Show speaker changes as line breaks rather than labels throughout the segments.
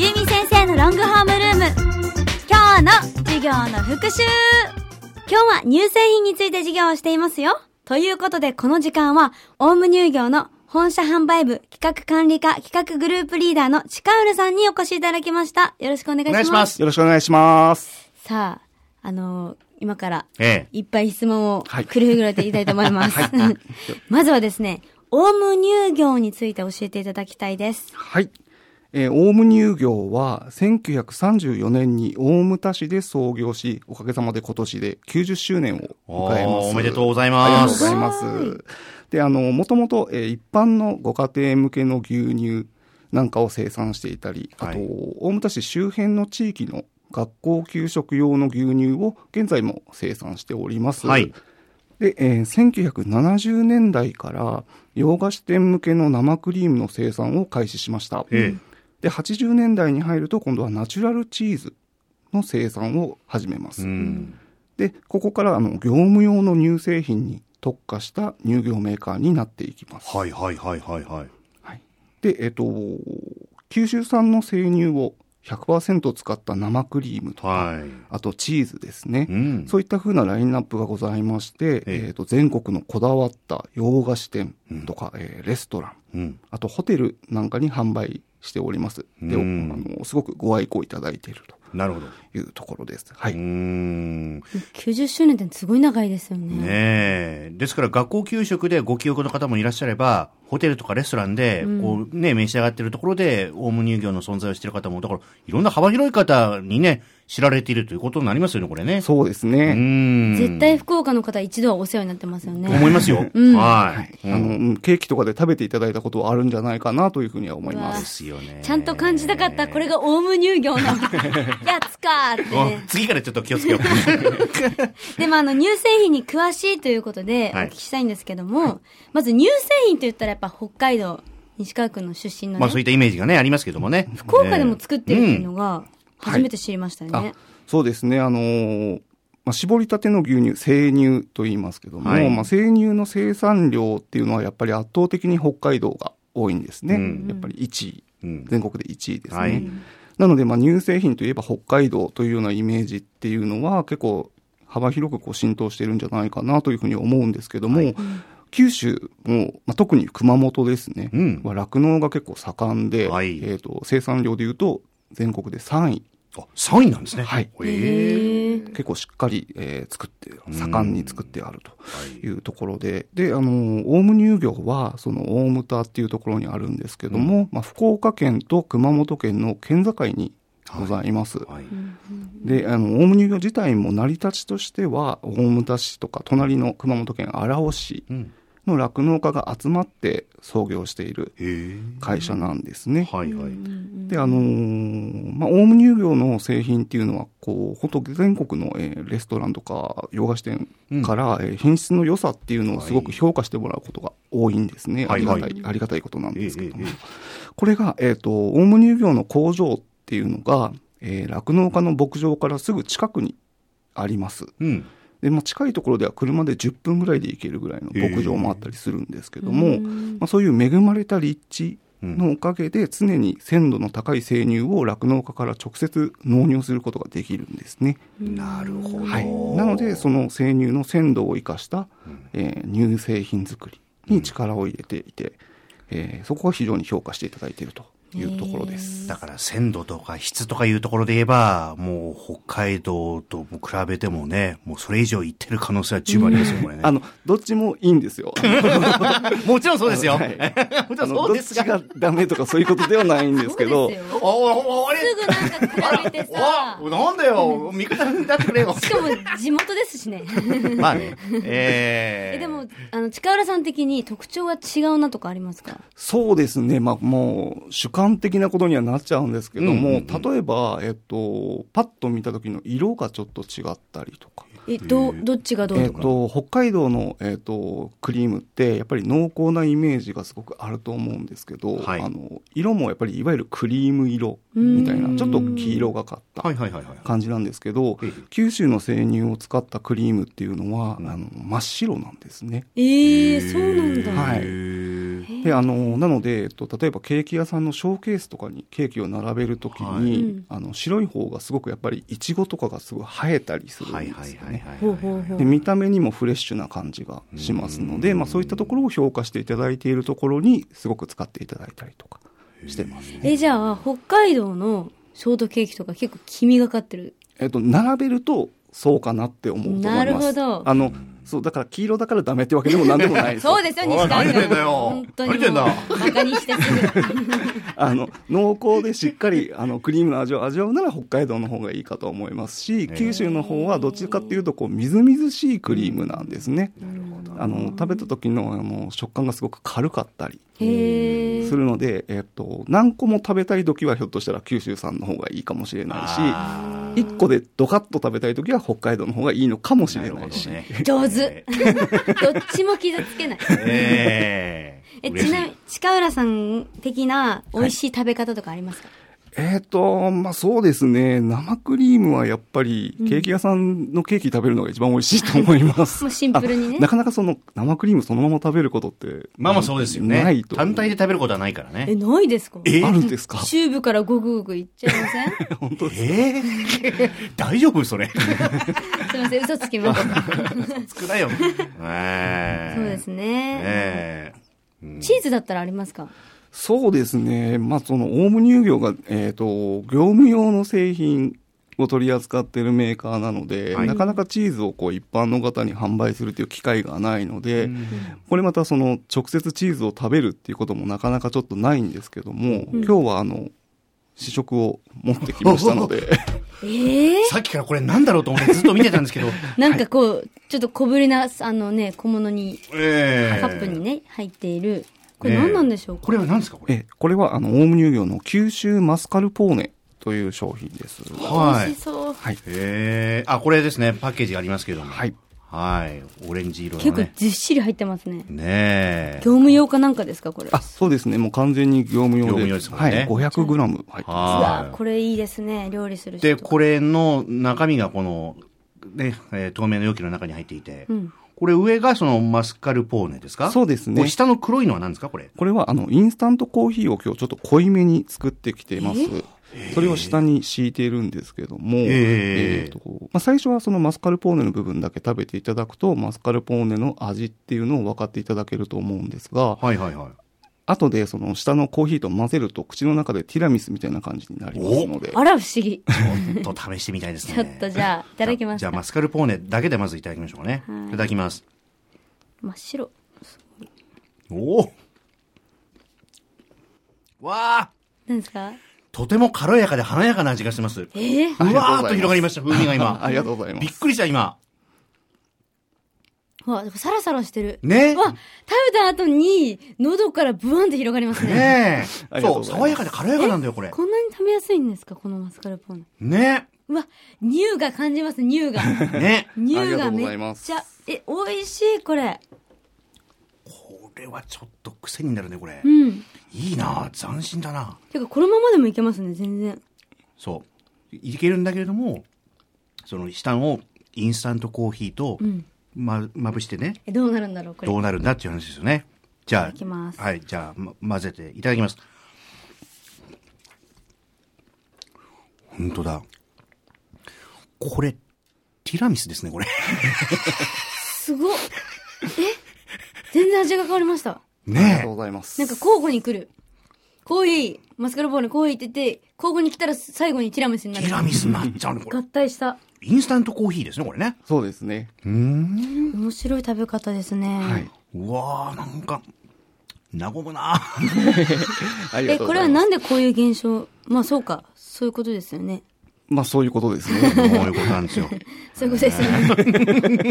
ロングホームルーム今日の授業の復習今日は乳製品について授業をしていますよということでこの時間はオウム乳業の本社販売部企画管理課企画グループリーダーの近浦さんにお越しいただきましたよろしくお願いし
お
ま
願い
す
します。
よろしくお願いします。
さああのー今から
ええ。
いっぱい質問を
はい
繰り広げていきたいと思います。 まずはですね、オウム乳業について教えていただきたいです。
はい。えーオウム乳業は1934年に大牟田市で創業し、おかげさまで今年で90周年を迎えま
お
す。
ーおめでとうござい
ありが
ま
とうご
す
ざ。います。で、あの、もともと、えー一般のご家庭向けの牛乳なんかを生産していたり、あと、
はい
大牟田市周辺の地域の学校給食用の牛乳を現在も生産しております。
はい
で、えー1970年代から洋菓子店向けの生クリームの生産を開始しました。
ええ。
で、80年代に入ると今度はナチュラルチーズの生産を始めます。
うん。
で、ここからあの業務用の乳製品に特化した乳業メーカーになっていきます。
はいはいはいはいはい。
はいで、えっと、九州産の生乳を100%使った生クリームとか、
は
あとチーズですね
い。う。ん。
そういった風なラインナップがございまして、え
ええ
っと全国のこだわった洋菓子店とか、えーレストラ
う
ン、
ん。
あとホテルなんかに販売しております。で、おあ
うん
のすごくご愛顧いただいている
なるほど。
というところです。は
うー
い。
ん。ね
90周年ってすごい長いですよね。
え。ですから学校給食でご記憶の方もいらっしゃれば、ホテルとかレストランで、こうね、召し上がってるところで、オウム乳業の存在をしている方も、だから、いろんな幅広い方にね、知られているということになりますよね、これね。
そうですね。
うーん。
絶対福岡の方一度はお世話になってますよね。
思いますよ。はい。
あの、うんケーキとかで食べていただいたことはあるんじゃないかなというふうには思いま。
うわ
ですすよね。
ちゃんと感じたかった、これがオウム乳業のや つかーって
お
ね。
次からちょっと気をつけよう。
でもあの乳製品に詳しいということでお
はい
聞きしたいんですけども、まず乳製品と言ったらやっぱ北海道西川区の出身のね、
まあそういったイメージがね、ありますけどもね。
福岡でも作ってるっていうの
が。
が初めて知りましたよね。
あそうですね。あのーまあ、絞りたての牛乳、生乳と言いますけども、
はい
まあ、生乳の生産量っていうのはやっぱり圧倒的に北海道が多いんですね。
うん
やっぱり1位、
うん
全国で1位ですね。
はい
なので、まあ、乳製品といえば北海道というようなイメージっていうのは結構幅広くこう浸透してるんじゃないかなというふうに思うんですけども、九州も、まあ、特に熊本ですね、
うん
は酪農が結構盛んで、
はい
えー、と生産量でいうと全国で3位
あ、3位なんですね。
はい
ええ。
結構しっかり、えー作って盛んに作ってあるというところで、であのオウム乳業はその大牟田っていうところにあるんですけども、まあ、福岡県と熊本県の県境にございます、
はい。
であのオウム乳業自体も成り立ちとしては大牟田市とか隣の熊本県荒尾市
うん。
の酪農家が集まって創業している
へえ。
会社なんですね。
はいはい。
で、あのーまあ、オウム乳業の製品っていうのは、こう、本当全国の、えーレストランとか洋菓子店から、えー品質の良さっていうのをすごく評価してもらうことが多いんですね。
はいはい
ありがたい、ありがたいことなん
えええ
ですけども。
え
これが、えっ、と、オウム乳業の工場っていうのが、えー酪農家の牧場からすぐ近くにあります。
うん。
で、まあ、近いところでは車で10分ぐらいで行けるぐらいの牧場もあったりするんですけども、まあ、そういう恵まれた立地のおかげで常に鮮度の高い生乳を酪農家から直接納入することができるんですね。
なるほど。
はい、なのでその生乳の鮮度を生かした、えー乳製品作りに力を入れていて、えーそこが非常に評価していただいているというところです。
だから鮮度とか質とかいうところで言えば、もう北海道とも比べてもね、もうそれ以上いってる可能性は十分ありますよ、これね。
あのどっちもいいんですよ。あの
もちろんそうですよ。
はい
もちろ
あ
ん
の
そう
どっ
です
ち
が。
がダメとかそういうことではないんですけ
そう
ど
ですよ
おおおあれ
すぐなんか比べてさ
お、なんだよ味方になってくれよ。
しかも地元ですしね。
まあね。えー
えでも、あの、近浦さん的に特徴が違うなとかありますか
そうですね、まあ、もう主観的なことにはなっちゃうんですけども、
うんうん
例えば、えっと、パッと見た時の色がちょっと違ったりとか、
え、ど、どっちがどう
えっ
とか。
と、北海道の、えっと、クリームって、やっぱり濃厚なイメージがすごくあると思うんですけど、
はい
あの色もやっぱりいわゆるクリーム色みたいな、ちょっと黄色がかった
はいはいはいはい。
感じなんですけど
ええ、
九州の生乳を使ったクリームっていうのは、
うん
あの真っ白なんですね。
えー、そうなんだ。
はい
へー
であのなので、えっと、例えばケーキ屋さんのショーケースとかにケーキを並べるときに、
はい
うん
あの白い方がすごくやっぱりいちごとかがすごい生えたりするん
はい
で
はい
すよ
はい
ね。
はい
ほうほうほう
で見た目にもフレッシュな感じがしますので、まあ、そういったところを評価していただいているところにすごく使っていただいたりとかしてますね。
え、じゃあ、北海道のショートケーキとか結構黄身がかってる。
えっと、並べるとそうかなって思うと思います。
なるほど
あのそうだから黄色だからダメってわけでも何でもないですよ
そうですよ、西川
おい何言ってん
君。
だよ
本当にもう。
何言
バカにして すぐ。
あの濃厚でしっかりあのクリームの味を味わうなら北海道の方がいいかと思いますし九州の方はどっちかっていうとこうみずみずしいクリームなんですね。あの食べた時のあの食感がすごく軽かったり
へえ
す。るので、えっと、何個も食べたい時はひょっとしたら九州産の方がいいかもしれな
あ
いし1個でドカッと食べたい時は北海道の方がいいのかもし
ーな
れ
るほ
な
ど
いし。
ね。
上手。 どっちも傷つけない。
ええ
え、ちなみ
に。
に、近浦さん的な美味しい食べ方とかありますか、
えーと、まあそうですね。生クリームはやっぱり、ケーキ屋さんのケーキ食べるのが一番美味しいと思います。
もうシンプルにね
あなかなかその生クリームそのまま食べることって。
まあまあそうですよね。
ないと。
単体で食べることはないから
え、
ね。
ないですか
あるんですか
チューブからゴクゴクいっちゃいません
本当です
ええ 大丈夫それ。
すいません、嘘つきました。
少ないよ。ええ
そうですね。
ええ
チーズだったらありますか
そうですね。まあその、オウム乳業が、えーと、業務用の製品を取り扱っているメーカーなので、
はい
なかなかチーズをこう一般の方に販売するという機会がないので、これまたその直接チーズを食べるっていうこともなかなかちょっとないんですけども、今日はあの試食を持ってきましたので
ええ
さっきからこれなんだろうと思ってずっと見てたんですけど。
なんかこう、ちょっと小ぶりな、あのね、小物に、
ええ
カップにね、入っている。これ何なんでしょう
ええ
か、
これは何ですかこれ。
えこれはあのオウム乳業の九州マスカルポーネという商品です
は
美
い
味し。そう。
はい、
ええあ、これですね。パッケージがありますけども。
はい、
はい。オレンジ色の
結構
ね。
ずっしり入ってますね。
ねえ。
業務用かなんかですかこれ。
あそうですねもう完全に業務用
業
で
務用ですもんね
はい、500g 入ってます
う
は
わ
い。
これいいですね。料理する人
で、
とか
これの中身がこの、ね、えー透明の容器の中に入っていて、
ん
これ上がそのマスカルポーネですか
そうですね
これ下の黒いのは何ですかこれ。
これはあのインスタントコーヒーを今日ちょっと濃いめに作ってきてます。それを下に敷いているんですけども、
えー
ーとまあ、最初はそのマスカルポーネの部分だけ食べていただくと、マスカルポーネの味っていうのを分かっていただけると思うんですが、
はいはいはい。
後でその下のコーヒーと混ぜると口の中でティラミスみたいな感じになりますので、
あら不思議。
ちょっと試してみたいですね。
ちょっとじゃあいただきます
じゃあ、じゃあ
か
マスカルポーネだけでまずいただきましょうかね。
はい
い、ただきます。
真っ白。
おおわあ
何ですか
とても軽やかで華やかな味がしてます。う
ええ
りがとうございます
わーっと広がりました、風味が
あ
今。
ありがとうございま
びっ
す。
くりした、今。
うわ、サラサラしてる。
ね
うわ、食べた後に、喉からブワンって広がり ますね。
ね
あ
え。
り
そう
がとご
う、
ざいます
爽やかで軽やかなんだよ、これ。
こんなに食べやすいんですかこのマスカルポーネ。
ね
うわ、乳が感じます、乳 が。
ね
乳
ありがと
が
うご
め
ざい
っ
ます
ちゃ、え、美味しい、これ。
これはちょっと癖になるね、これ。
うん。
いいなあ斬新だな
てか、このままでもいけますね、全然。
そう。いいけるんだけれども、その下をインスタントコーヒーと、ま、まぶしてね、
え、どうなるんだろう、これ
ど。うなるんだっていう話ですよね。じゃあ、
いただきます
はい、じゃあ、ま混ぜていただきます。本当だ。これ、ティラミスですね、こ れ。
すごっ。え全然味が変わりました。
ありが
ね
とう
え。
ございま
なんか
す。
交互に来る。コーヒー、マスカルポーネ、コーヒーって言って、交互に来たら最後にティラミスにな
テ
る
ィ。ラミスになっちゃうね、これ
合。体した。
インスタントコーヒーですね、これね。
そうですね。
面白い食べ方ですね。
はい。
うわー、なんか、和むな
ありが
え、
と
こ
うご
れ
ざ
はい
ま
な
す。
んでこういう現象まあそうか。そういうことですよね。
まあそういうことです
こう
ね。
いうことなんですよ。
そういうことですよね。うん。不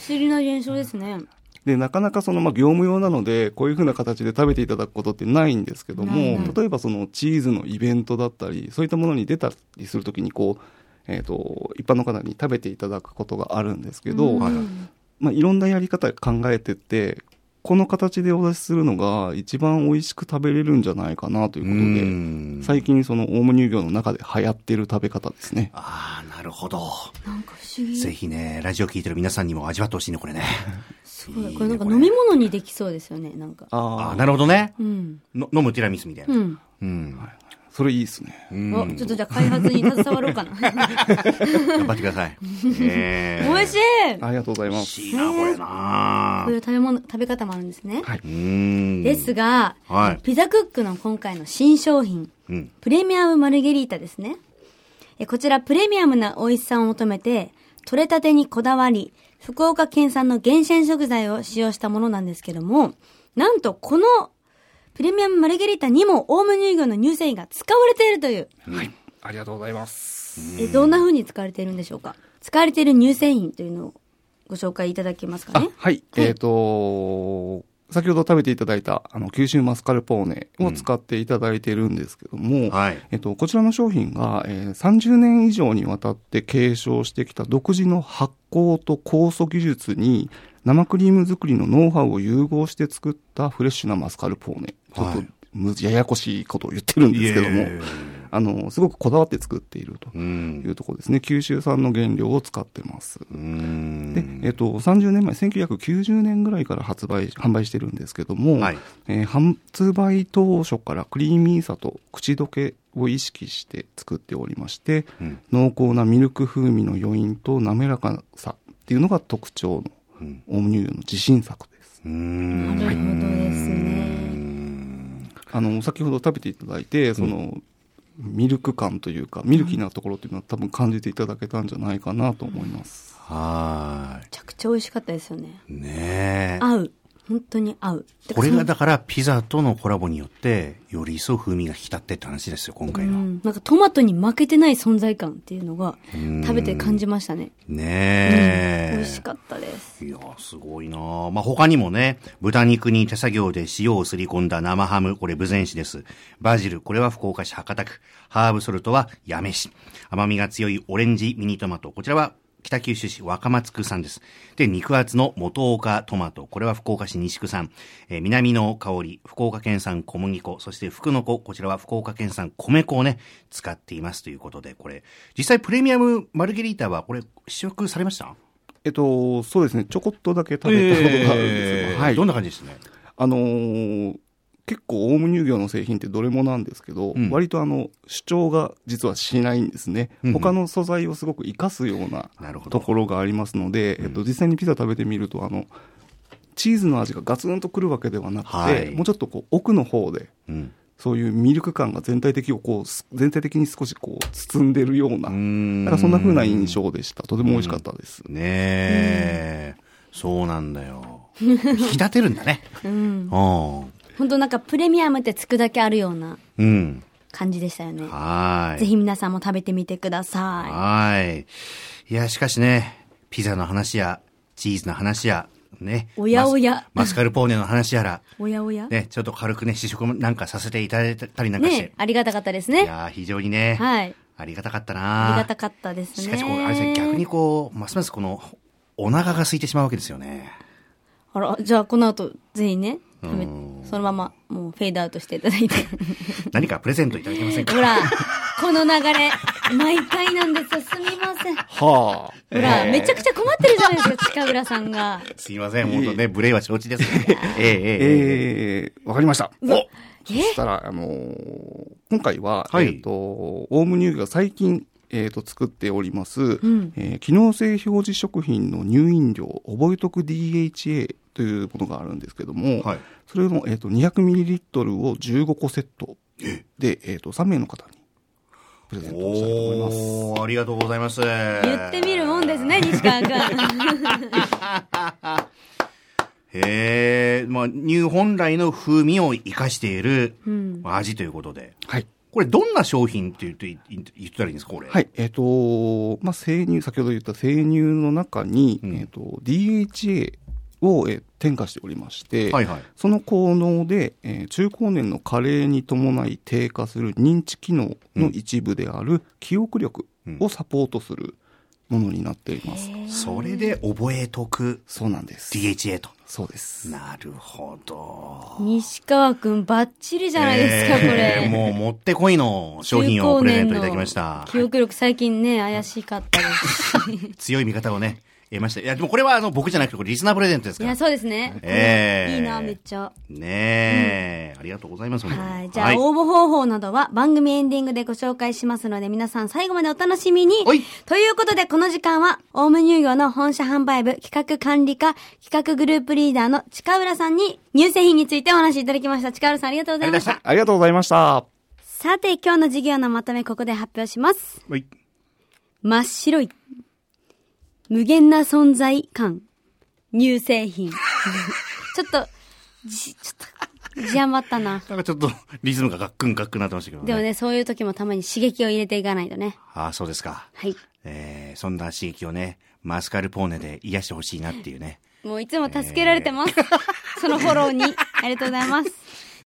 思議な現象ですね。
で、なかなかその、まあ、業務用なので、こういうふうな形で食べていただくことってないんですけども、例えばその、チーズのイベントだったり、そういったものに出たりするときに、こう、えっ、と、一般の方に食べていただくことがあるんですけど、まあ、いろんなやり方考えてって、この形でお出しするのが一番美味しく食べれるんじゃないかなという
う
こと
ん
で、最近そのオウム乳業の中で流行ってる食べ方ですね。
ああ、なるほど。
なんか不思議。
ぜひね、ラジオ聞いてる皆さんにも味わってほしいね、これね。
すごい。これなんか飲み物にできそうですよね、なんか。
ああ、
ああ、
なるほどね。
うん。
の飲むティラミスみたいな。
うん。
うん。
それいいですね。
うん
お、ちょっとじゃあ開発に携わろう かな。
頑張ってください。え
美味しい
ありがとうございます。
しい。美味しいな、これな
こういう。食べ物、食べ方もあるんですね。
うーん。
ですが、
はい
ピザクックの今回の新商品、
うん。
プレミアムマルゲリータですね。えこちらプレミアムな美味しさを求めて、取れたてにこだわり、福岡県産の厳選食材を使用したものなんですけども、なんとこのプレミアムマルゲリータにもオウム乳業の乳製品が使われているという、
はい。ありがとうございます。
えどんな風に使われているんでしょうか使われている乳製品というのをご紹介いただけますか
あ
ね、
はい。えっ、と、先ほど食べていただいた、あの、九州マスカルポーネを使っていただいてるんですけども、
はい。
えっと、こちらの商品が、えー30年以上にわたって継承してきた独自の発酵と酵素技術に生クリーム作りのノウハウを融合して作ったフレッシュなマスカルポーネ。ちょっ
は
と
い
む、ややこしいことを言ってるんですけど
いえ
も
いえいえ、
あの、すごくこだわって作っていると
う
い
ん。
うところですね。九州産の原料を使ってます。
う
で
ん。、
えっと、30年前、1990年ぐらいから発売、販売してるんですけども、
はい
えー発売当初からクリーミーさと口どけを意識して作っておりまして、
うん
濃厚なミルク風味の余韻と滑らかさっていうのが特徴
う
の
ん、
オウム乳業の自信作です。
うん。
なるほどですね。
あの、先ほど食べていただいて、その、ミルク感というか、ミルキーなところっていうのは多分感じていただけたんじゃないかなと思います。
は
めちゃくちゃ美味しかったですよね。
ーい。ねえ。
合う。本当に合う。
これがだからピザとのコラボによって、より一層風味が引き立ってって話ですよ、今回
う
は。
ん、なんかトマトに負けてない存在感っていうのが食べて感じましたね。
ねえ。
美味しかったです。
いやー、すごいなーまあ、他にもね、豚肉に手作業で塩をすり込んだ生ハム、これ豊前市です。バジル、これは福岡市博多区。ハーブソルトは八女市。甘みが強いオレンジミニトマト、こちらは北九州市若松区産です。で、肉厚の元岡トマト、これは福岡市西区産。えー南の香り、福岡県産小麦粉、そして福の子、こちらは福岡県産米粉をね、使っていますということで、これ、実際プレミアムマルゲリータは、これ、試食されました
えっと、そうですね、ちょこっとだけ食べたことがあるんですが、
えー
はい
どんな感じですね。
あのー結構オウム乳業の製品ってどれもなんですけど、
ん
割とあの主張が実はしないんですね、
うん
他の素材をすごく活かすような
なるほど
ところがありますので、えっと、実際にピザ食べてみるとあのチーズの味がガツンとくるわけではなくて、
はい
もうちょっとこう奥の方で
うん。
そういうミルク感が全体的をこうす全体的に少しこう包んでるような、
ん
なんかそんな風な印象でしたとても美味しかったです、
ねえ、そうなんだよ。引き立てるんだね。
うん。
うん。
本当なんかプレミアムってつくだけあるような
うん。
感じでしたよね。
はーい。
ぜひ皆さんも食べてみてくださ
はい。いや、しかしね、ピザの話や、チーズの話や、ね。
おやおや
マスマスカルポーネの話やら、
い。おやおや。ね
ね、ちょっと軽くね、試食もなんかさせていただいたりなんかして。
ありがたかったです
い
ね。
やー、非常にね、
はい。
ありがたかったな
ありがたかったですね。
しかしこう、あれですね逆にこう、ますますこの、お腹が空いてしまうわけですよね。
あら、じゃあこの後、ぜひね、食べ
うん
そのまま、もうフェードアウトしていただい て。
何かプレゼントいただけませんか
ほら、この流れ、毎回なんですよ。すみません。
はあ
ほら、めちゃくちゃ困ってるじゃないですか、近浦さんが。
すいません、本当ね、無礼は承知ですけど。えええええ
えー、わかりました。
うわ
おそしたら、あのー今回は、
はい
えっ、と、オウム乳業が最近、えっ、と、作っております、
ん
えー機能性表示食品の乳飲料、覚えとく DHA というものがあるんですけども、
はい
それの、えっ、と、200ml を15個セットで、えっ、と、3名の方にプレゼントをしたいと思います。
おー、ありがとうございます。
言ってみるもんですね、西川く ん。
へえ、まあ、乳本来の風味を生かしている
うん
味ということで。
はい。
これ、どんな商品って言って、言って言ったらいいんですか、これ。。
はいい、えっ、と、まあ、生乳、先ほど言った生乳の中に、
うん
えっ、と、DHA を、えー添加しておりまして、
はいはい。
その効能で、えー中高年の加齢に伴い低下する認知機能の一部である記憶力をサポートするものになっています。
それで、覚えとく
そうなんです。
DHA と。
そうです。
なるほど。
西川くんバッチリじゃないですか、こ
えー
れ。
もう持ってこいの商品をプレゼントいただきました。
記憶力最近ね、怪しかったですし。
強い味方をね、得ました。いや、でもこれはあの僕じゃなくて、これリスナープレゼントです
い
から
や、。そうですね。
ええ
いいな、めっちゃ。
ねえ、ありがとうございます、本当に
はい。じゃあ、応募方法などは番組エンディングでご紹介しますので、皆さん最後までお楽しみに
はい。
ということで、この時間は、オウム乳業の本社販売部企画管理課企画グループリーダーの近浦さんに乳製品についてお話しいただきました。近浦さんありがとうございました。
ありがとうございました。
さて、今日の授業のまとめ、ここで発表します。
はい。
真っ白い。無限な存在感。乳製品。 ちょっと、じ、ちょっと、字余ったな。
なんかちょっと、リズムがガックンガックンなってましたけどね。
でもね、そういう時もたまに刺激を入れていかないとね。
ああ、そうですか。
はい。
えー、そんな刺激をね、マスカルポーネで癒してほしいなっていうね。
もういつも助けられてます。そのフォローに。ありがとうございます。